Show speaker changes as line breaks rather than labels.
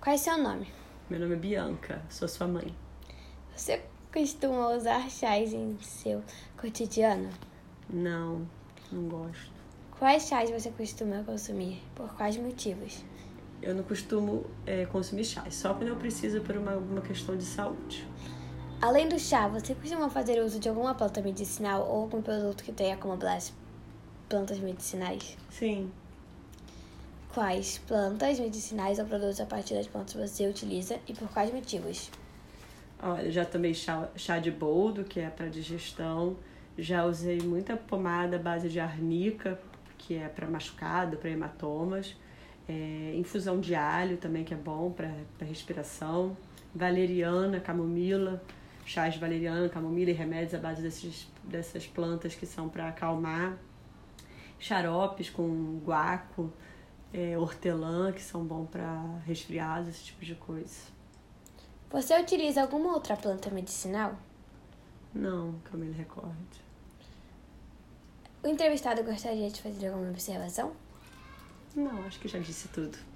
Qual é seu nome?
Meu nome é Bianca, sou sua mãe.
Você costuma usar chás em seu cotidiano?
Não, não gosto.
Quais chás você costuma consumir? Por quais motivos?
Eu não costumo é, consumir chás, só quando eu preciso por uma, alguma questão de saúde.
Além do chá, você costuma fazer uso de alguma planta medicinal ou algum produto que tenha como base plantas medicinais?
Sim,
Quais plantas medicinais ou produtos a partir das plantas você utiliza e por quais motivos?
olha, já tomei chá, chá de boldo, que é para digestão. Já usei muita pomada à base de arnica, que é para machucado, para hematomas. É, infusão de alho também, que é bom para respiração. Valeriana, camomila, chás de valeriana, camomila e remédios à base desses, dessas plantas que são para acalmar. Xaropes com guaco, é, hortelã, que são bons para resfriados, esse tipo de coisa.
Você utiliza alguma outra planta medicinal?
Não, que eu me recorde.
O entrevistado gostaria de fazer alguma observação?
Não, acho que já disse tudo.